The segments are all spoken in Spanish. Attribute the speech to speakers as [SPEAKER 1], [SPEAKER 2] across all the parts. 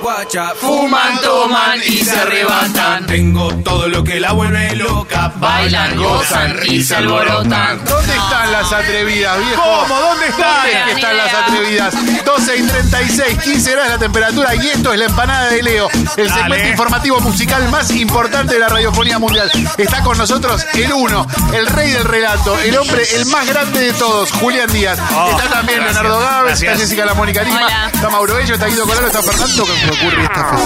[SPEAKER 1] guacha, fuman, toman y se arrebatan.
[SPEAKER 2] Tengo todo lo que la vuelve loca.
[SPEAKER 1] Bailan, gozan y se alborotan.
[SPEAKER 3] ¿Dónde están las atrevidas, viejo?
[SPEAKER 2] ¿Cómo? ¿Dónde están?
[SPEAKER 3] Es que
[SPEAKER 1] Ni
[SPEAKER 3] están las
[SPEAKER 1] idea.
[SPEAKER 3] atrevidas. 12 y 36, 15 grados la temperatura y esto es la empanada de Leo, el
[SPEAKER 2] Dale.
[SPEAKER 3] segmento informativo musical más importante de la radiofonía mundial. Está con nosotros el uno, el rey del relato, el hombre, el más grande de todos, Julián Díaz.
[SPEAKER 2] Oh,
[SPEAKER 3] está también
[SPEAKER 2] gracias,
[SPEAKER 3] Leonardo Gávez,
[SPEAKER 2] gracias.
[SPEAKER 3] está Jessica La Mónica Lima,
[SPEAKER 4] Hola.
[SPEAKER 3] está Mauro Bello, está Guido Colaro, está Fernando. ¿Qué ocurre esta fe-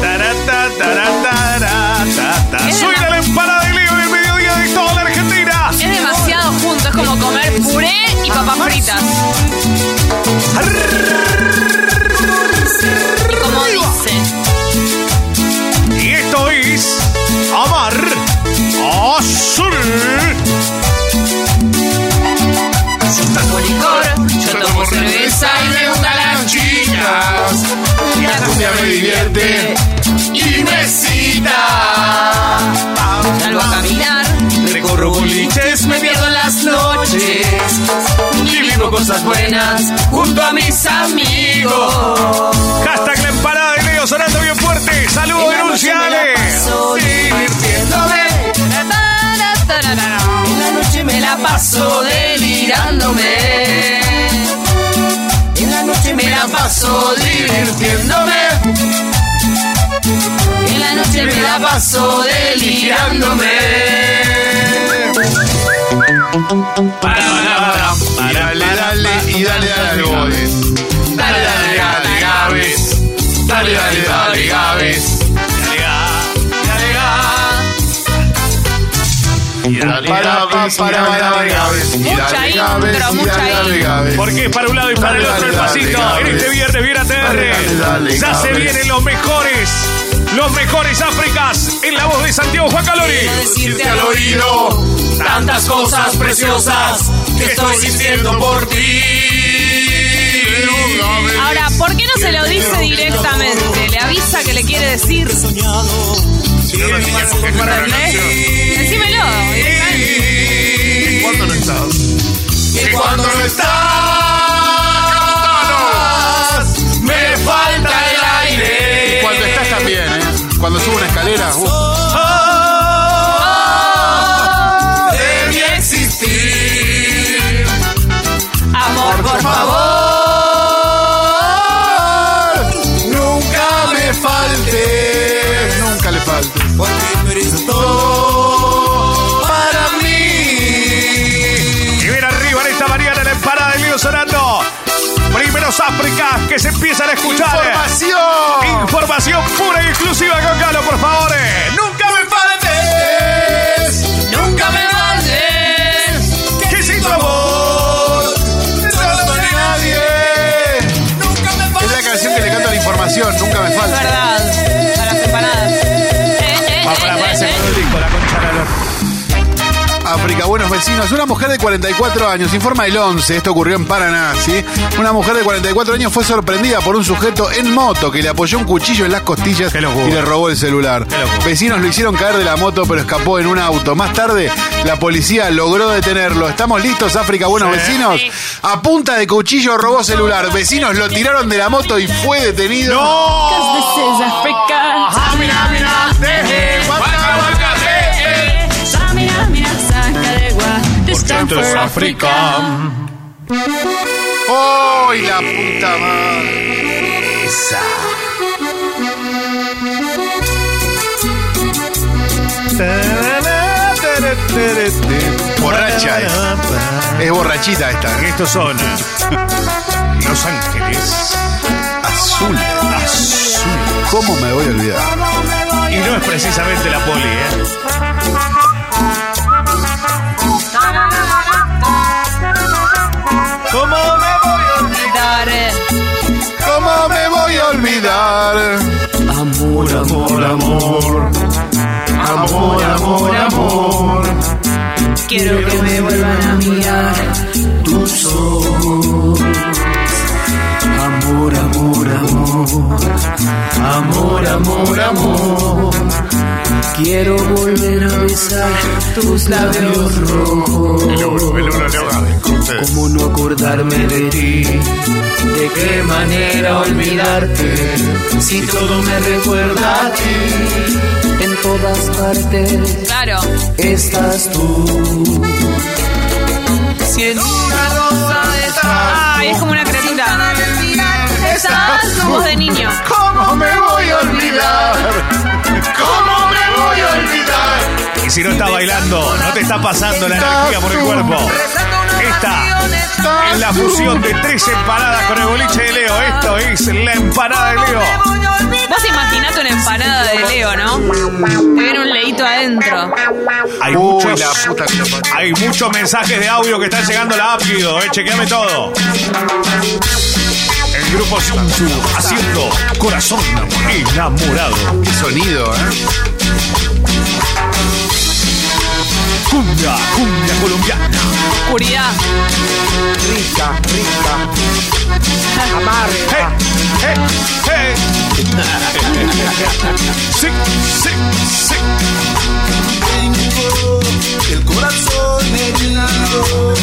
[SPEAKER 2] Taratara, taratara, taratara.
[SPEAKER 4] Es
[SPEAKER 2] Soy
[SPEAKER 4] demasiado-
[SPEAKER 2] la empanada de Leo del mediodía de toda la Argentina.
[SPEAKER 4] Es demasiado junto, es como comer puré y papas fritas. Y como dice,
[SPEAKER 2] Y esto es Amar Azul.
[SPEAKER 4] yo tomo licor, yo tomo cerveza y me gusta la
[SPEAKER 3] chicas,
[SPEAKER 4] Y la cumbia
[SPEAKER 3] me divierte
[SPEAKER 4] y me Ah, Salgo a caminar,
[SPEAKER 2] Recorro boliches,
[SPEAKER 4] me pierdo en las noches y vivo cosas buenas junto a mis amigos.
[SPEAKER 2] Hashtag la empanada de Leo sonando bien fuerte. Saludos, denunciales.
[SPEAKER 4] Divirtiéndome. Tarara, tarara. En la noche me la paso delirándome. En la noche me la paso divirtiéndome. En la noche me la paso delirándome.
[SPEAKER 2] Para, para, para,
[SPEAKER 3] Y dale, dale, y dale, dale, goles.
[SPEAKER 4] Dale, dale, dale, Gaves. Dale, dale, dale, Gaves.
[SPEAKER 3] Para, para, para, para, Gaves. Y
[SPEAKER 4] Mucha
[SPEAKER 3] dale,
[SPEAKER 4] intro,
[SPEAKER 3] Gaves, y
[SPEAKER 4] mucha
[SPEAKER 3] dale, dale,
[SPEAKER 4] intro.
[SPEAKER 3] Gaves.
[SPEAKER 2] Porque es para un lado y para el otro el pasito. En este viernes, bien ATR. Ya se vienen los mejores, los mejores Áfricas en la voz de Santiago Juan Calori.
[SPEAKER 4] Decirte al oído tantas cosas preciosas que estoy sintiendo por ti. Ahora, ¿por qué no se lo dice directamente? Le avisa que le quiere decir. ¿Entendés? Decímelo.
[SPEAKER 3] ¿Cuándo no estás?
[SPEAKER 4] Que cuando no estás, me falta el aire.
[SPEAKER 3] Cuando estás también, ¿eh? Cuando subo una escalera. uh.
[SPEAKER 4] Debí Ah, existir. Amor, por favor. Ah,
[SPEAKER 3] Nunca me faltes. Nunca le faltes.
[SPEAKER 2] Y bien arriba en esta mañana la empanada de Leo sonando. Primeros Áfricas que se empiezan a escuchar.
[SPEAKER 3] ¡Información!
[SPEAKER 2] Información pura y exclusiva con Galo, por favor. eh. Nunca me faltes.
[SPEAKER 4] Nunca me mandes.
[SPEAKER 2] Que sin tu amor.
[SPEAKER 3] No falta nadie. Es la canción que le canto a la información. Nunca me
[SPEAKER 4] Es
[SPEAKER 3] faltes.
[SPEAKER 4] verdad. Para las empanadas. Eh, eh,
[SPEAKER 3] Va, para,
[SPEAKER 4] eh,
[SPEAKER 3] para,
[SPEAKER 4] eh,
[SPEAKER 3] se
[SPEAKER 4] eh.
[SPEAKER 3] acordó el disco, la concha de la lora. África, buenos vecinos. Una mujer de 44 años, informa el 11, esto ocurrió en Paraná, ¿sí? Una mujer de 44 años fue sorprendida por un sujeto en moto que le apoyó un cuchillo en las costillas
[SPEAKER 2] Qué locura.
[SPEAKER 3] y le robó el celular.
[SPEAKER 2] Qué locura.
[SPEAKER 3] Vecinos lo hicieron caer de la moto, pero escapó en un auto. Más tarde, la policía logró detenerlo. ¿Estamos listos, África, buenos
[SPEAKER 2] Sí.
[SPEAKER 3] vecinos?
[SPEAKER 4] Sí.
[SPEAKER 3] A punta de cuchillo robó celular. Vecinos lo tiraron de la moto y fue detenido.
[SPEAKER 2] ¡No!
[SPEAKER 4] This is Africa. Mira, mira, saca de agua. This time
[SPEAKER 2] esto es
[SPEAKER 4] for
[SPEAKER 2] África.
[SPEAKER 4] Africa.
[SPEAKER 3] ¡Ay, la puta madre!
[SPEAKER 2] Esa.
[SPEAKER 3] Borracha es. Es borrachita esta. ¿eh?
[SPEAKER 2] Estos son eh, Los Ángeles
[SPEAKER 3] Azul.
[SPEAKER 2] Azul.
[SPEAKER 3] ¿Cómo me voy a olvidar?
[SPEAKER 2] Y no es precisamente la poli, ¿eh? ¿Cómo me voy?
[SPEAKER 4] Dare.
[SPEAKER 3] ¿Cómo me voy a olvidar?
[SPEAKER 2] Amor, amor, amor.
[SPEAKER 3] Amor, amor, amor.
[SPEAKER 4] Quiero que me vuelvan a mirar.
[SPEAKER 3] Amor,
[SPEAKER 5] Quiero volver a besar tus labios rojos.
[SPEAKER 6] El uno, el uno, Leo Gávez, con ustedes.
[SPEAKER 5] ¿Cómo no acordarme de ti? ¿De qué manera olvidarte? Si todo me recuerda a ti, en todas partes
[SPEAKER 7] Claro.
[SPEAKER 5] estás tú. Si en una rosa estás
[SPEAKER 7] Ay, es como una criatura. Esas somos de niño.
[SPEAKER 6] ¿Cómo me voy a olvidar? ¿Cómo me voy a olvidar?
[SPEAKER 2] Y si no estás bailando, no te está pasando la energía por el cuerpo. Esta es la fusión de tres empanadas con el boliche de Leo. Esto es la empanada de Leo.
[SPEAKER 7] Vos imaginate una empanada de Leo, ¿no? Te viene un leito adentro.
[SPEAKER 2] Hay
[SPEAKER 6] Uy,
[SPEAKER 2] muchos,
[SPEAKER 6] la puta que lo parió.
[SPEAKER 2] hay muchos mensajes de audio que están llegando a la app, Guido. Eh, chequeame todo. El grupo Sunsu haciendo corazón enamorado.
[SPEAKER 3] Qué sonido, ¿eh?
[SPEAKER 2] Cumbia, cumbia colombiana.
[SPEAKER 7] Oscuridad.
[SPEAKER 8] Rica, rica. Amarre.
[SPEAKER 2] Hey, hey, hey. Sí, sí, sí.
[SPEAKER 4] Tengo el corazón herido,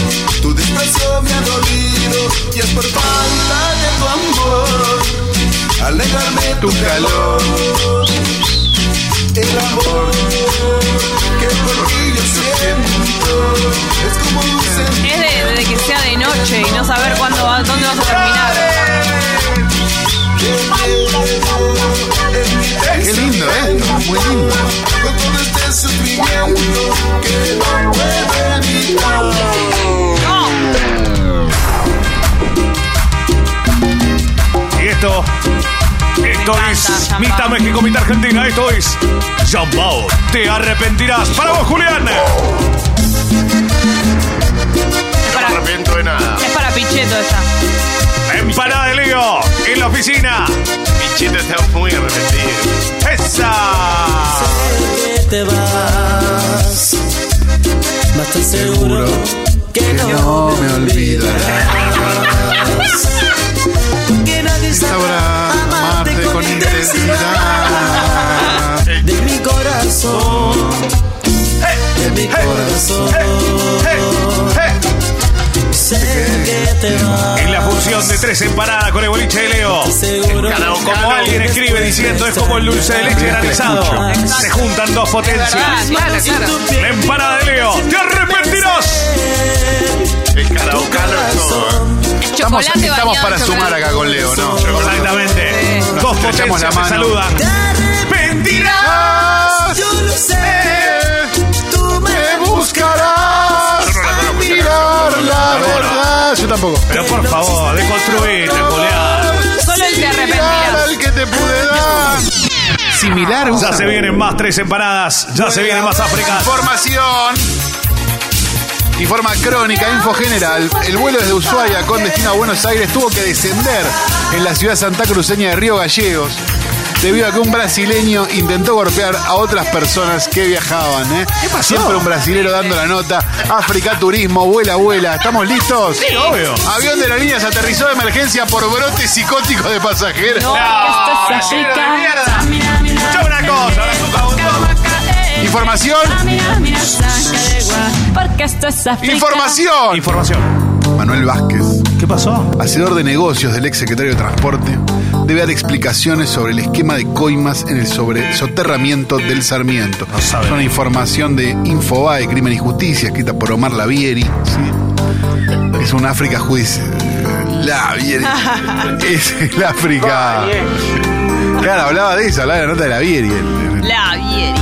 [SPEAKER 4] tu desprecio me ha dolido y es por falta de tu amor. Al negarme tu calor, el amor que por ti yo siento es como un sentido.
[SPEAKER 7] Es de, de que sea de noche y no saber cuándo va- dónde vas a terminar.
[SPEAKER 3] Qué lindo esto, muy lindo.
[SPEAKER 4] Con todo este sufrimiento que no puedo evitar.
[SPEAKER 2] Y esto, esto
[SPEAKER 7] encanta,
[SPEAKER 2] es
[SPEAKER 7] Jean
[SPEAKER 2] mitad
[SPEAKER 7] Paul.
[SPEAKER 2] México, mitad Argentina. Esto es Jean Paul. Te arrepentirás. Para vos, Julián.
[SPEAKER 7] Es
[SPEAKER 6] No me
[SPEAKER 7] para,
[SPEAKER 6] arrepiento de nada.
[SPEAKER 7] es para Pichetto esta.
[SPEAKER 2] Empanada de Leo en la oficina.
[SPEAKER 6] Mi chiste está muy arrepentido.
[SPEAKER 2] Esa.
[SPEAKER 9] que te vas, más tan seguro que no
[SPEAKER 3] No me olvidarás.
[SPEAKER 9] que nadie
[SPEAKER 3] Sabrá
[SPEAKER 9] sabrá
[SPEAKER 3] amarte con intensidad.
[SPEAKER 9] de mi corazón, de mi corazón. Sé que te vas,
[SPEAKER 2] En la función de tres empanadas con el boliche de Leo.
[SPEAKER 9] seguro.
[SPEAKER 2] Como alguien escribe diciendo es como el dulce de leche granizado. Se juntan dos
[SPEAKER 7] Ah,
[SPEAKER 2] potencias.
[SPEAKER 7] claro, claro.
[SPEAKER 2] La empanada de Leo. Te arrepentirás.
[SPEAKER 6] El caraocano es todo. ¿eh?
[SPEAKER 3] Estamos,
[SPEAKER 7] Chocolate
[SPEAKER 3] estamos
[SPEAKER 7] bañado
[SPEAKER 3] para
[SPEAKER 7] en
[SPEAKER 3] sumar
[SPEAKER 7] chocolate.
[SPEAKER 3] acá con Leo, ¿no?
[SPEAKER 2] Exactamente.
[SPEAKER 7] Sí.
[SPEAKER 2] Dos
[SPEAKER 3] Nos
[SPEAKER 2] potencias
[SPEAKER 3] estrechamos la
[SPEAKER 2] se
[SPEAKER 3] mano.
[SPEAKER 2] saludan.
[SPEAKER 3] Sentirás,
[SPEAKER 9] Yo lo sé,
[SPEAKER 3] tú me buscarás a mirar pues, la verdad. Yo tampoco.
[SPEAKER 2] Pero por favor, deconstruite, Julián.
[SPEAKER 7] Solo el te
[SPEAKER 3] Mirar
[SPEAKER 7] arrepentirás.
[SPEAKER 3] al que te pude dar. Similar,
[SPEAKER 2] Ya
[SPEAKER 3] usa
[SPEAKER 2] se vienen más tres empanadas. Ya se vienen más África.
[SPEAKER 3] Información. Informa Crónica, Info General. El vuelo desde Ushuaia con destino a Buenos Aires tuvo que descender en la ciudad santacruceña de Río Gallegos debido a que un brasileño intentó golpear a otras personas que viajaban. ¿eh? Siempre un brasilero dando la nota. África Turismo, vuela, vuela. ¿Estamos listos?
[SPEAKER 2] Sí, obvio.
[SPEAKER 3] Avión de la línea se aterrizó de emergencia por brote psicótico de pasajeros.
[SPEAKER 2] No,
[SPEAKER 7] Esta es Ah,
[SPEAKER 2] brasileño de
[SPEAKER 7] chica.
[SPEAKER 2] mierda. Escuchame una cosa, la supa un montón.
[SPEAKER 3] Información,
[SPEAKER 7] Porque esto es África.
[SPEAKER 3] información.
[SPEAKER 2] Información.
[SPEAKER 3] Manuel Vázquez.
[SPEAKER 2] ¿Qué pasó?
[SPEAKER 3] hacedor de negocios del ex secretario de Transporte, debe dar explicaciones sobre el esquema de coimas en el sobre soterramiento del Sarmiento.
[SPEAKER 2] No sabe.
[SPEAKER 3] es una información de Infobae, Crimen y Justicia, escrita por Omar Lavieri. ¿sí? Es un África juicio. Lavieri. es el África. Claro, hablaba de eso, hablaba de la nota de Lavieri. el- el-
[SPEAKER 7] La Vieri.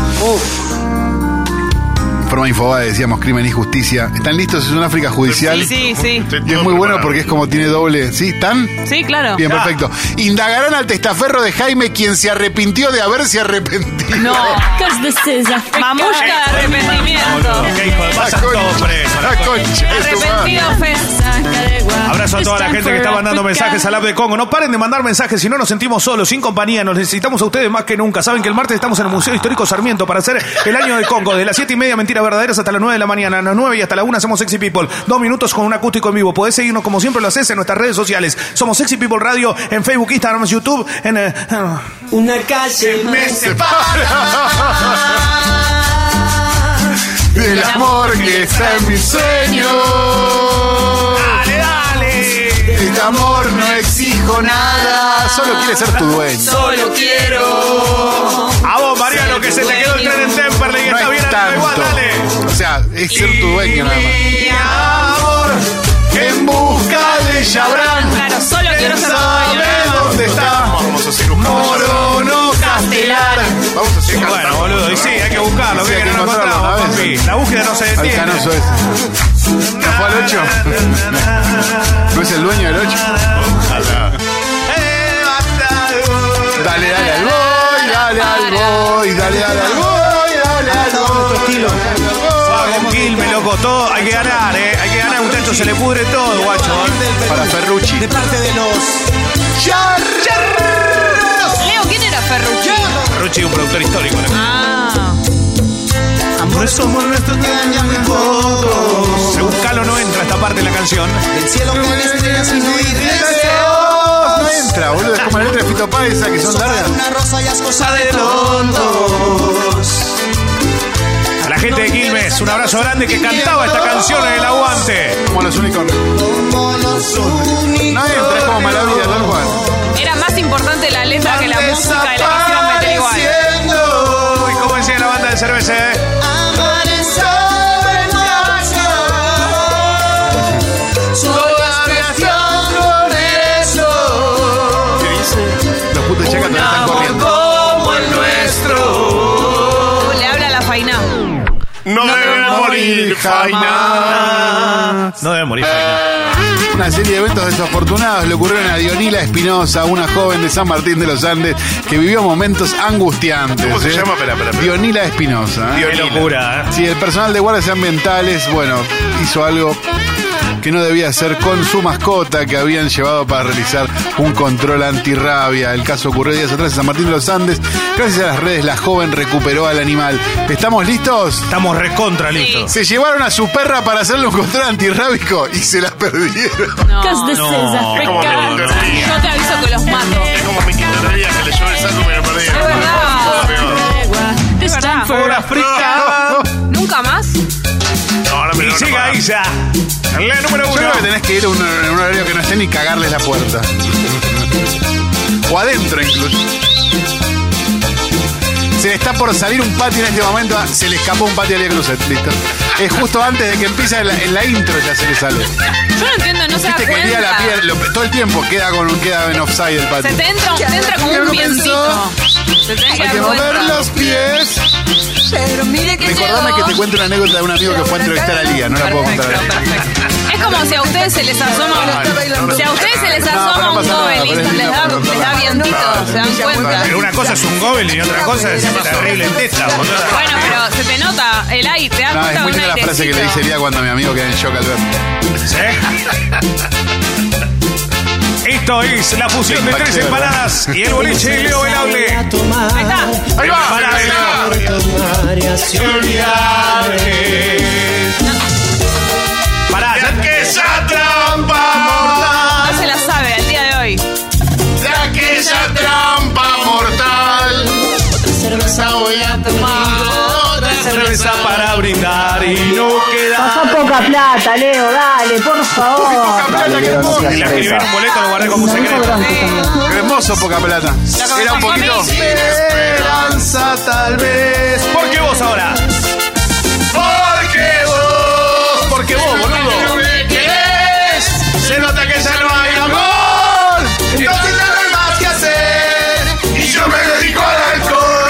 [SPEAKER 3] Informa Infobae, decíamos, Crimen y Justicia. ¿Están listos? Es un África judicial.
[SPEAKER 7] Sí, sí, sí.
[SPEAKER 6] Estoy
[SPEAKER 3] Y es
[SPEAKER 6] todo
[SPEAKER 3] muy bueno
[SPEAKER 6] preparado.
[SPEAKER 3] porque es como tiene doble. ¿Sí? ¿Están?
[SPEAKER 7] Sí, claro.
[SPEAKER 3] Bien, perfecto. Indagarán al testaferro de Jaime, quien se arrepintió de haberse arrepentido.
[SPEAKER 7] No. Mamushka de arrepentimiento.
[SPEAKER 2] Boludo, ¿Qué hijo de pasa todo preso? la
[SPEAKER 3] La
[SPEAKER 2] co-
[SPEAKER 3] concha de su madre.
[SPEAKER 7] Arrepentido ofensa.
[SPEAKER 2] Abrazo a toda la gente que está mandando mensajes al app de Congo. No paren de mandar mensajes si no nos sentimos solos, sin compañía. Nos necesitamos a ustedes más que nunca. Saben que el martes estamos en el Museo Histórico Sarmiento para hacer el año del Congo. De las 7 y media, mentiras verdaderas, hasta las 9 de la mañana. A las 9 y hasta la 1 hacemos Sexy People. Dos minutos con un acústico en vivo. Podés seguirnos como siempre lo haces en nuestras redes sociales. Somos Sexy People Radio en Facebook, ah. Instagram, YouTube, en... eh,
[SPEAKER 9] una calle me
[SPEAKER 2] separa.
[SPEAKER 5] del amor que está en mis sueños.
[SPEAKER 2] Dale, dale.
[SPEAKER 5] Este amor no exijo nada.
[SPEAKER 3] Solo quiere ser tu dueño.
[SPEAKER 5] Solo quiero.
[SPEAKER 2] A vos, Mariano, que se te quedó el tren en Temperley, que
[SPEAKER 3] No
[SPEAKER 2] está bien
[SPEAKER 3] es
[SPEAKER 2] arriba, igual,
[SPEAKER 3] tanto.
[SPEAKER 2] dale.
[SPEAKER 3] O sea, es ser tu dueño nada más.
[SPEAKER 5] Mi amor, en busca de Chabrán.
[SPEAKER 7] Claro, solo quiero ser tu dueño,
[SPEAKER 5] sabe
[SPEAKER 7] nada más.
[SPEAKER 5] dónde está
[SPEAKER 3] Vamos a hacer un
[SPEAKER 5] Morono Castelar.
[SPEAKER 3] Vamos a hacer
[SPEAKER 2] Bueno, boludo, y sí, hay que buscarlo,
[SPEAKER 3] Sí,
[SPEAKER 2] que
[SPEAKER 3] hay
[SPEAKER 2] no
[SPEAKER 3] que
[SPEAKER 2] lo
[SPEAKER 3] encontrarlo,
[SPEAKER 2] encontramos,
[SPEAKER 3] ¿no?
[SPEAKER 2] papi. La búsqueda no se
[SPEAKER 3] Al
[SPEAKER 2] detiene.
[SPEAKER 3] canoso ese. ¿No fue al 8? ¿No es el dueño del 8?
[SPEAKER 2] Eh, basta.
[SPEAKER 3] Dale, dale al boy, dale al boy, dale, dale al boy, dale al boy.
[SPEAKER 2] Vamos, Quilmes, loco, todo, hay que ganar, eh. Hay que ganar, muchachos, se le pudre todo, guacho. eh.
[SPEAKER 3] Para Ferrucci.
[SPEAKER 9] De parte de los.
[SPEAKER 7] Leo, ¿quién era Ferrucci?
[SPEAKER 2] Ruchi, un productor histórico. la c-
[SPEAKER 7] Ah,
[SPEAKER 9] Amores como el nuestro que dañan muy poco.
[SPEAKER 2] Según Calo no entra esta parte de la canción.
[SPEAKER 9] Del cielo caen estrellas y no hay
[SPEAKER 3] No
[SPEAKER 9] deseos.
[SPEAKER 3] entra, boludo, es como la letra de Fito Páez, esa que son
[SPEAKER 9] Soplar
[SPEAKER 3] largas.
[SPEAKER 9] una rosa ya es cosa de tontos.
[SPEAKER 2] A la gente de Quilmes, un abrazo grande que cantaba esta canción en el aguante.
[SPEAKER 3] Como los unicornios.
[SPEAKER 9] Como los
[SPEAKER 3] No entra, es como Malavida, tal cual.
[SPEAKER 7] era más importante la letra que la música de la canción, me da igual.
[SPEAKER 9] Desapareciendo.
[SPEAKER 2] Uy, ¿cómo decía la banda de cerveza, eh?
[SPEAKER 9] Amanecer en casa.
[SPEAKER 3] Los putos de Chaca todavía están corriendo.
[SPEAKER 5] Como el nuestro.
[SPEAKER 7] Le habla la faina.
[SPEAKER 5] No deben morir jamás.
[SPEAKER 2] No debe morir. Faina.
[SPEAKER 3] Una serie de eventos desafortunados le ocurrieron a Dionila Espinosa, una joven de San Martín de los Andes que vivió momentos angustiantes.
[SPEAKER 5] ¿Cómo se
[SPEAKER 3] eh.
[SPEAKER 5] llama? Espera, espera, espera.
[SPEAKER 3] Dionila Espinosa. ¿eh?
[SPEAKER 2] Qué locura, eh.
[SPEAKER 3] Sí, el personal de guardias ambientales, bueno, hizo algo que no debía hacer con su mascota que habían llevado para realizar un control antirrabia. El caso ocurrió días atrás en San Martín de los Andes. Gracias a las redes, la joven recuperó al animal. ¿Estamos listos?
[SPEAKER 2] Estamos recontra listos.
[SPEAKER 3] Se llevaron a su perra para hacerle un control antirrábico y se la perdieron.
[SPEAKER 7] No.
[SPEAKER 2] No,
[SPEAKER 5] Es como mi quinto día.
[SPEAKER 7] Yo te aviso que los mato.
[SPEAKER 5] Es como mi quinto día que le llevo el saco y me lo perdí.
[SPEAKER 7] Es verdad. Es verdad.
[SPEAKER 2] Hora frita.
[SPEAKER 7] Nunca más.
[SPEAKER 5] No, ahora me
[SPEAKER 2] Y
[SPEAKER 5] lo van a
[SPEAKER 2] llega
[SPEAKER 5] pagar.
[SPEAKER 2] Isa. La número
[SPEAKER 3] Yo
[SPEAKER 2] uno.
[SPEAKER 3] creo que tenés que ir a un, a un horario que no esté ni cagarles la puerta. O adentro incluso. Se le está por salir un patio en este momento. Ah, Se le escapó un patio a Lía Cruzet. Listo. Es justo antes de que empiece la- en la intro ya se le sale.
[SPEAKER 7] Yo no entiendo, no se da
[SPEAKER 3] Viste que Lía la piel,
[SPEAKER 7] cuenta.
[SPEAKER 3] lo- todo el tiempo queda, con, queda en offside el patio.
[SPEAKER 7] Se te entra, te entra como un
[SPEAKER 3] Yo
[SPEAKER 7] vientito. Se te
[SPEAKER 3] Hay
[SPEAKER 7] entra
[SPEAKER 3] que mover los pies.
[SPEAKER 7] Pero mire que
[SPEAKER 3] Recordame que te cuento una anécdota de un amigo que fue a entrevistar a Lía. No la puedo contar.
[SPEAKER 7] Perfecto, perfecto. Es como si a ustedes se les asoma un... Si a ustedes se les
[SPEAKER 3] No, pero no
[SPEAKER 7] asoma un
[SPEAKER 3] pasa nada,
[SPEAKER 7] gobelin,
[SPEAKER 3] pero es
[SPEAKER 7] les
[SPEAKER 3] lindo,
[SPEAKER 7] da,
[SPEAKER 3] pero no
[SPEAKER 7] les da
[SPEAKER 3] pasa
[SPEAKER 7] vientito, se dan cuenta.
[SPEAKER 2] Pero una cosa es un gobelin y otra cosa es terrible en testa, boludo.
[SPEAKER 7] Bueno, pero se te nota el aire, te das
[SPEAKER 3] No, es
[SPEAKER 7] cuenta
[SPEAKER 3] muy
[SPEAKER 7] de un
[SPEAKER 3] linda la frase que le dice
[SPEAKER 7] airecito.
[SPEAKER 3] Lía cuando mi amigo queda en shock al ver.
[SPEAKER 2] ¿eh? ¿Sí? Esto es la fusión de tres empanadas y el boliche Leo Velable.
[SPEAKER 7] Ahí está.
[SPEAKER 5] Ahí va.
[SPEAKER 2] Para
[SPEAKER 5] ahí va.
[SPEAKER 2] Belén. Pará,
[SPEAKER 5] Ya
[SPEAKER 2] ya-
[SPEAKER 5] que esa trampa mortal.
[SPEAKER 7] No se la sabe al día de hoy.
[SPEAKER 5] De aquella trampa mortal. Cerveza voy a tomar. Otra cerveza para brindar y no queda.
[SPEAKER 10] poca plata, Leo, dale, por favor.
[SPEAKER 2] Y la escribí en un boleto, lo guardé como secreto.
[SPEAKER 7] Eh,
[SPEAKER 3] Hermoso poca plata. Era un poquito.
[SPEAKER 5] Esperanza tal vez.
[SPEAKER 2] ¿Por qué vos ahora?
[SPEAKER 5] Porque vos.
[SPEAKER 2] Porque vos,
[SPEAKER 5] no
[SPEAKER 2] boludo.
[SPEAKER 5] me querés. Se nota que ya no hay amor. Entonces ya no hay más que hacer. Y yo me dedico al alcohol.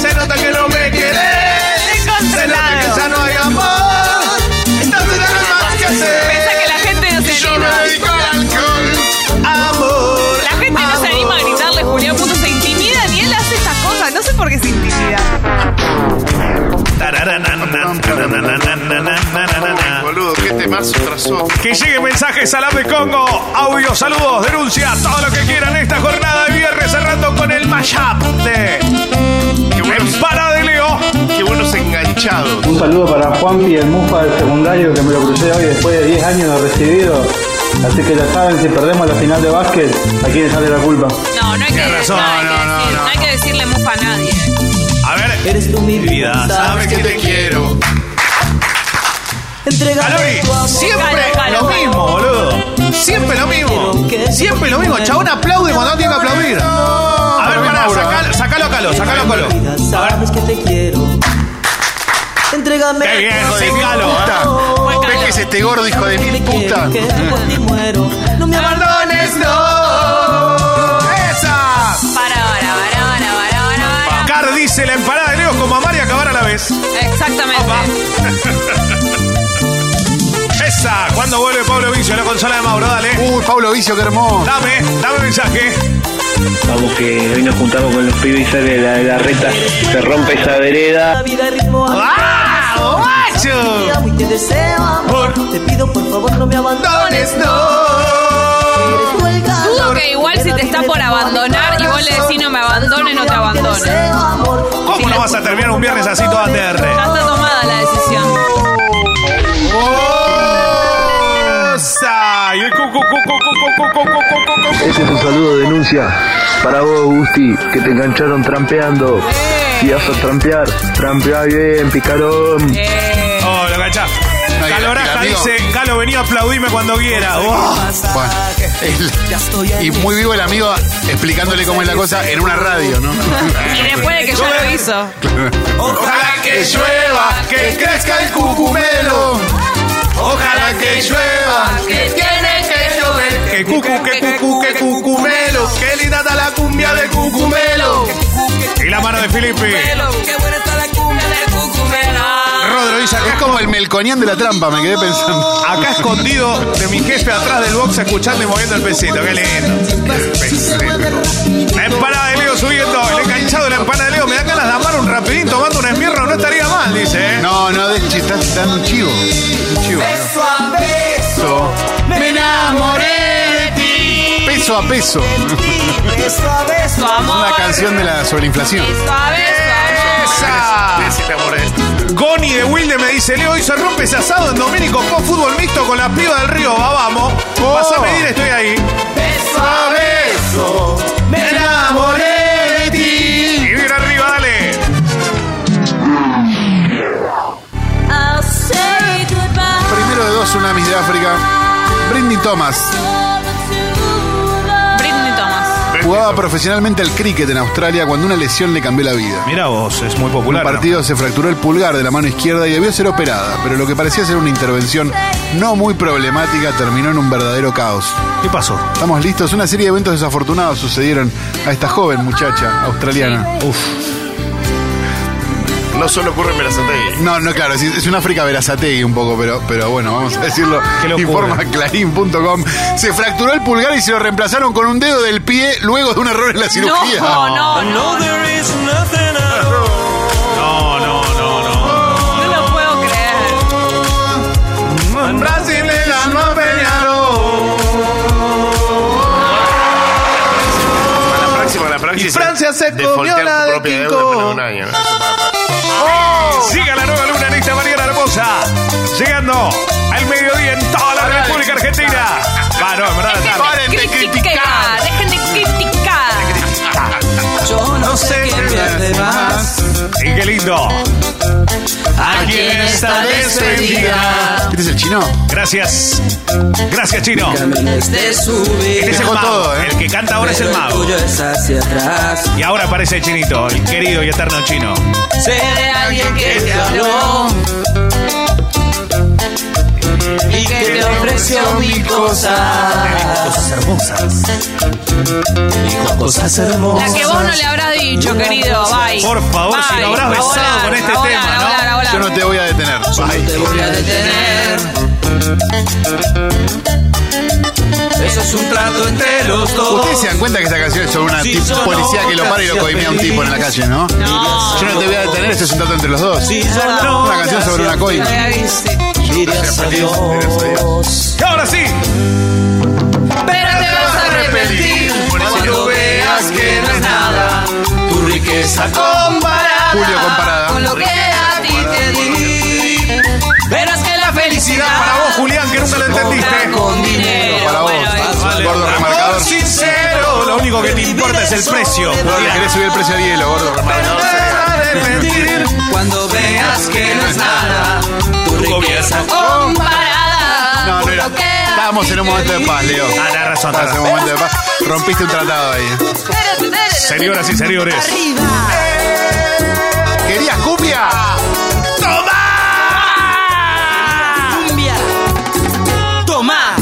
[SPEAKER 5] Se nota que no me querés. Se nota que ya no hay amor. Entonces ya no hay más que hacer.
[SPEAKER 7] Piensa que la gente no se
[SPEAKER 5] Yo me
[SPEAKER 7] anima.
[SPEAKER 5] dedico al alcohol. Amor.
[SPEAKER 7] La gente no se anima a gritarle Julián Punto, se intimida y él hace estas cosas. No sé por qué se intimida.
[SPEAKER 5] Boludo, qué temazo trazó.
[SPEAKER 2] Que llegue mensajes al app de Congo. Audio, saludos, denuncias, todo lo que quieran. Esta jornada de viernes cerrando con el mashup de
[SPEAKER 5] Qué buenos,
[SPEAKER 2] Para de Leo.
[SPEAKER 5] qué buenos enganchados.
[SPEAKER 11] Un saludo para Juanpi, el mufa del secundario que me lo crucé hoy después de 10 años de recibido. Así que ya saben, si perdemos la final de básquet, ¿a quién le sale la culpa?
[SPEAKER 7] No, no hay que,
[SPEAKER 2] Tiene razón,
[SPEAKER 7] no, hay que
[SPEAKER 2] no, no,
[SPEAKER 7] decir-
[SPEAKER 2] no.
[SPEAKER 7] no hay que decirle mufa a nadie.
[SPEAKER 2] A ver,
[SPEAKER 9] Eres tú mi
[SPEAKER 2] vida,
[SPEAKER 9] vida.
[SPEAKER 5] Sabes que te quiero.
[SPEAKER 2] Calori, siempre
[SPEAKER 5] Calo,
[SPEAKER 2] lo
[SPEAKER 5] calo.
[SPEAKER 2] mismo, boludo. Siempre lo mismo. Siempre lo mismo. Chabón aplaude cuando no tiene que aplaudir. A ver, pará, sacalo, sacalo a Calo, sacalo a Calo.
[SPEAKER 9] Sabes que te quiero. Entrégame.
[SPEAKER 2] Qué bien,
[SPEAKER 9] tu
[SPEAKER 2] sin Calo,
[SPEAKER 9] amor.
[SPEAKER 3] Puta. ¿Ves que es este gordo, hijo de mil puta?
[SPEAKER 9] Que por ti muero. No me abandones,
[SPEAKER 5] no.
[SPEAKER 2] eh.
[SPEAKER 3] ¡Esa!
[SPEAKER 7] Para, para, para, para, para, para, para.
[SPEAKER 2] Car dice la empanada de Leo con mamar y acabar a la vez.
[SPEAKER 7] Exactamente.
[SPEAKER 2] Esa, cuando vuelve Pablo Vicio a la consola de Mauro, dale.
[SPEAKER 3] Uy, Pablo Vicio, qué hermoso.
[SPEAKER 2] Dame, dame mensaje.
[SPEAKER 12] Vamos que hoy nos juntamos con los pibes y sale la, la reta, se rompe esa vereda.
[SPEAKER 9] vida ritmo.
[SPEAKER 2] ¡Ah,
[SPEAKER 9] Y te deseo amor. Te pido por favor no me abandones,
[SPEAKER 5] no.
[SPEAKER 9] Eres tú el
[SPEAKER 7] Dudo
[SPEAKER 9] calor
[SPEAKER 7] que igual si te está por abandonar y vos le decís no me abandones, no te abandones.
[SPEAKER 2] ¿Cómo no vas a terminar un viernes así toda
[SPEAKER 7] Ya
[SPEAKER 2] TR?
[SPEAKER 7] está tomada la decisión.
[SPEAKER 2] Esa, y el cu, cu, cu, cu, cu, cu, cu, cu, cu, cu, cu, cu.
[SPEAKER 13] Ese es un saludo de denuncia para vos, Gusti, que te engancharon trampeando. Si vas a trampear, trampea bien, picarón.
[SPEAKER 7] Eh,
[SPEAKER 2] Oh, lo cachá. Caloraja
[SPEAKER 3] amigo.
[SPEAKER 2] dice, Calo, vení a aplaudirme cuando quiera. Oh.
[SPEAKER 3] Bueno, el- y muy vivo el amigo explicándole cómo es la cosa en una radio, ¿no?
[SPEAKER 7] Y después de que yo lo hizo.
[SPEAKER 5] Ojalá que llueva, que crezca el cucumelo. Ojalá que llueva, Ah, que tiene que llover.
[SPEAKER 2] Que cucu, que cucu, que
[SPEAKER 5] cucumelo. Qué linda está la cumbia de cucumelo.
[SPEAKER 2] Y la mano de Felipe.
[SPEAKER 5] Qué buena está la cumbia de cucumelo.
[SPEAKER 3] Rodro dice, es como el melconián de la trampa, me quedé pensando.
[SPEAKER 2] Acá escondido de mi jefe atrás del box escuchando y moviendo el pesito. Qué lindo. La empanada de Leo subiendo. El enganchado de la empanada de Leo. Me da ganas de amar un rapidín tomando una esmirra. No estaría mal, dice. ¿eh?
[SPEAKER 3] No, no, de estás dando un chivo. Un chivo.
[SPEAKER 5] Beso a beso, me enamoré de ti.
[SPEAKER 3] Peso a peso.
[SPEAKER 5] Beso a beso, amor.
[SPEAKER 3] Una canción de la sobreinflación.
[SPEAKER 5] eh.
[SPEAKER 2] Goni de Wilde me dice, Leo, hoy se rompe ese asado en Domínico con fútbol mixto con la piba del río. Va, vamos. Vas a pedir, estoy ahí.
[SPEAKER 5] Beso a beso, me enamoré de ti.
[SPEAKER 2] Y bien arriba, dale.
[SPEAKER 3] Primero de dos tsunamis de África. Britney Thomas
[SPEAKER 7] Britney Thomas.
[SPEAKER 3] jugaba profesionalmente al cricket en Australia cuando una lesión le cambió la vida.
[SPEAKER 2] Mira vos, es muy
[SPEAKER 3] En un
[SPEAKER 2] popular. ¿no?
[SPEAKER 3] partido se fracturó el pulgar de la mano izquierda y debió ser operada, pero lo que parecía ser una intervención no muy problemática terminó en un verdadero caos.
[SPEAKER 2] ¿Qué pasó?
[SPEAKER 3] Estamos listos, una serie de eventos desafortunados sucedieron a esta joven muchacha australiana. Uf.
[SPEAKER 14] No solo ocurre en Berazategui.
[SPEAKER 3] No, no, claro, es, es una África Verazategui un poco, pero, pero bueno, vamos a decirlo. Informa clarín.com. Se fracturó el pulgar y se lo reemplazaron con un dedo del pie luego de un error en la cirugía.
[SPEAKER 5] no, no.
[SPEAKER 2] Ah, No, no, no,
[SPEAKER 7] No lo puedo creer.
[SPEAKER 2] no.
[SPEAKER 5] Brasil le ganó a Peñarol.
[SPEAKER 14] A la próxima, a la próxima.
[SPEAKER 5] Y Francia se
[SPEAKER 14] Defoltea
[SPEAKER 5] comió la
[SPEAKER 14] tu
[SPEAKER 5] de
[SPEAKER 14] propia deuda
[SPEAKER 5] Kiko.
[SPEAKER 14] después de un año.
[SPEAKER 2] Siga la nueva luna en esta mañana hermosa. Llegando al mediodía en toda la República Argentina. Va, no, en verdad la tarde.
[SPEAKER 7] Dejen de criticar. Dejen de criticar.
[SPEAKER 5] Yo no sé qué pierde más.
[SPEAKER 2] Y qué lindo.
[SPEAKER 5] Aquí en esta despedida.
[SPEAKER 3] ¿Este es el chino?
[SPEAKER 2] Gracias. Gracias, Chino.
[SPEAKER 5] De subir.
[SPEAKER 2] Este es el
[SPEAKER 5] Dejó
[SPEAKER 2] mago.
[SPEAKER 5] todo, ¿eh?
[SPEAKER 2] El que canta ahora es el mago. Y ahora aparece el chinito, el querido y eterno chino.
[SPEAKER 5] Sé de alguien que te habló. Y que te ofreció mil cosas. Dijo cosas hermosas.
[SPEAKER 7] La que vos no le habrás dicho, querido. Bye.
[SPEAKER 2] Por favor, si
[SPEAKER 7] Bye.
[SPEAKER 2] lo habrás
[SPEAKER 7] A
[SPEAKER 2] besado
[SPEAKER 7] volar,
[SPEAKER 2] con este
[SPEAKER 7] a volar,
[SPEAKER 2] tema,
[SPEAKER 7] a
[SPEAKER 2] ¿no?
[SPEAKER 7] volar, a volar.
[SPEAKER 3] Yo no te voy a detener. Bye.
[SPEAKER 5] voy a detener. Eso es un trato entre los dos.
[SPEAKER 3] Ustedes se dan cuenta que esta canción es sobre una
[SPEAKER 5] Si
[SPEAKER 3] tip-
[SPEAKER 5] yo no
[SPEAKER 3] policía que lo para y lo
[SPEAKER 5] te
[SPEAKER 3] coimea a un
[SPEAKER 5] feliz.
[SPEAKER 3] tipo en la calle, ¿no? Yo no te voy a detener, este es un trato entre los dos.
[SPEAKER 5] Si yo no
[SPEAKER 3] una canción sobre una coima.
[SPEAKER 5] Dirías adiós.
[SPEAKER 2] Y ahora sí.
[SPEAKER 5] Pero te vas a arrepentir cuando veas que no es nada. Tu riqueza comparada,
[SPEAKER 3] Julio comparada.
[SPEAKER 5] con lo que a ti te di. Verás que la felicidad
[SPEAKER 2] Para vos, Julián, que nunca lo entendiste.
[SPEAKER 5] con dinero.
[SPEAKER 3] Para vos, gordo remarcador.
[SPEAKER 2] Amor sincero, lo único que te importa es el precio.
[SPEAKER 3] Gordo, le querés subir el precio al hielo, gordo remarcador.
[SPEAKER 5] Nada de
[SPEAKER 2] arrepentir
[SPEAKER 9] cuando veas que no es nada tu
[SPEAKER 2] Ah.
[SPEAKER 9] riqueza comparada.
[SPEAKER 3] No, no era. Estábamos en un momento de paz, Leo.
[SPEAKER 2] Ah, tenés razón,
[SPEAKER 3] Estabas en un
[SPEAKER 2] tenés
[SPEAKER 3] momento de paz. Rompiste un tratado ahí.
[SPEAKER 2] Señoras y señores.
[SPEAKER 3] ¿Querías cumbia?
[SPEAKER 15] ¡Toma!
[SPEAKER 9] Cumbia. Toma.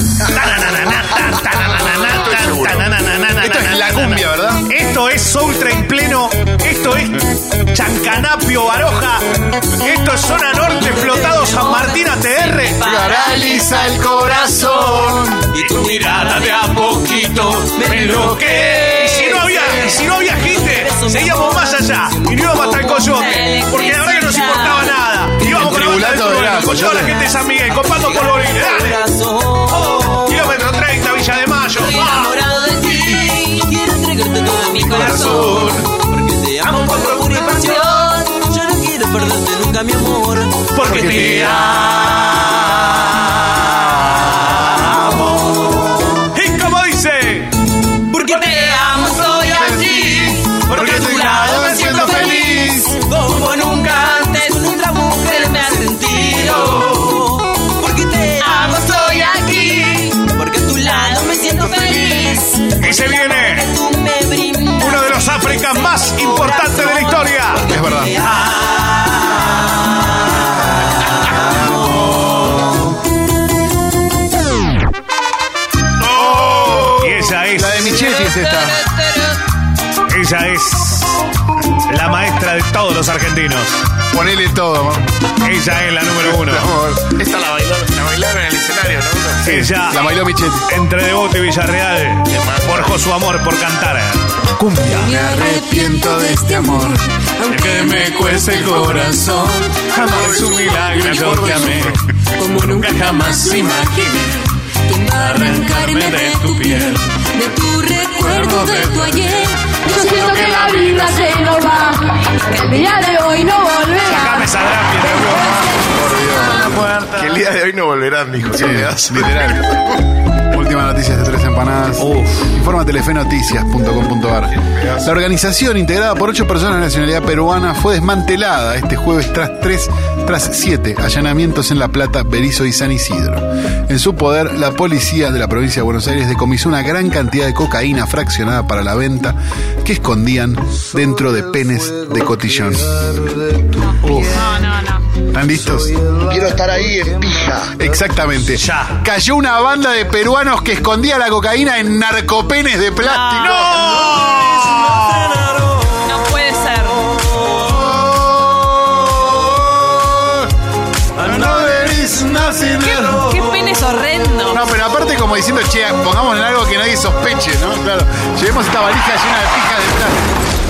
[SPEAKER 3] Esto es la cumbia, ¿verdad?
[SPEAKER 2] Esto es Soul Train pleno. Esto es Chancanapio Baroja. Esto es Zona Norte flotado San Martín ATR.
[SPEAKER 15] Paraliza el corazón y tu mirada de a poquito me enloquece.
[SPEAKER 2] Y si no había, y si no había gente, seguíamos más allá. Y no íbamos hasta el coyote. Porque la verdad que no nos importaba nada. Íbamos con la banda
[SPEAKER 3] Tribulato
[SPEAKER 2] del
[SPEAKER 3] de
[SPEAKER 2] trueno,
[SPEAKER 3] la
[SPEAKER 2] con toda la
[SPEAKER 3] Coyote.
[SPEAKER 2] gente de San Miguel, copando por Bolívar. Dale. Kilómetro 30, Villa de Mayo.
[SPEAKER 9] Estoy
[SPEAKER 2] Ah.
[SPEAKER 9] enamorado de ti y quiero entregarte todo mi corazón. Porque te amo con locura y pasión. Yo no quiero perderte nunca, mi amor.
[SPEAKER 15] Porque te amo.
[SPEAKER 2] Y como dice,
[SPEAKER 9] Porque te amo, estoy aquí. Porque a tu lado me siento feliz. Como nunca antes, otra mujer me ha sentido. Porque te amo, estoy aquí. Porque a tu lado me siento feliz.
[SPEAKER 2] Y se viene
[SPEAKER 9] Tú me brindas.
[SPEAKER 2] uno de los Áfricas más importantes de la historia.
[SPEAKER 3] Es verdad.
[SPEAKER 2] Oh. Y esa es.
[SPEAKER 3] La de Michetti es esta.
[SPEAKER 2] Ella es la maestra de todos los argentinos.
[SPEAKER 3] Ponele todo, man.
[SPEAKER 2] Ella es la número uno.
[SPEAKER 16] Esta la bailaron, la bailaron en el escenario, ¿no?
[SPEAKER 2] Ella,
[SPEAKER 3] La bailó Michetti.
[SPEAKER 2] entre Devoto y Villarreal, forjó su amor por cantar.
[SPEAKER 5] Me
[SPEAKER 2] Cumbia.
[SPEAKER 5] arrepiento de este amor, aunque me cueste el corazón. Jamás un milagro yo te amé, como nunca jamás imaginé. Arrancarme de tu piel,
[SPEAKER 17] de tu recuerdo, de tu ayer.
[SPEAKER 5] pues, Yo siento que la vida se
[SPEAKER 17] nos va, el día de hoy no volverá.
[SPEAKER 2] Sacame esa drapia,
[SPEAKER 16] Que el día de hoy no volverán, dijo.
[SPEAKER 3] Sí,
[SPEAKER 16] Soledad.
[SPEAKER 3] literal. Última noticia de tres empanadas. Informa telefenoticias.com.ar. La organización, integrada por ocho personas de nacionalidad peruana, fue desmantelada este jueves tras tres, tras siete allanamientos en La Plata, Berizo y San Isidro. En su poder, la policía de la provincia de Buenos Aires decomisó una gran cantidad de cocaína fraccionada para la venta que escondían dentro de penes de cotillón.
[SPEAKER 7] No, no, no.
[SPEAKER 3] ¿Están listos?
[SPEAKER 18] Quiero estar ahí en pija.
[SPEAKER 3] Exactamente.
[SPEAKER 2] Ya.
[SPEAKER 3] Cayó una banda de peruanos que escondía la cocaína en narcopenes de plástico.
[SPEAKER 7] No puede ser. Qué pene es horrendo.
[SPEAKER 3] No, pero aparte como diciendo, che, pongamos en algo que nadie sospeche, ¿no? Claro. Llevemos esta valija llena de pijas de plástico.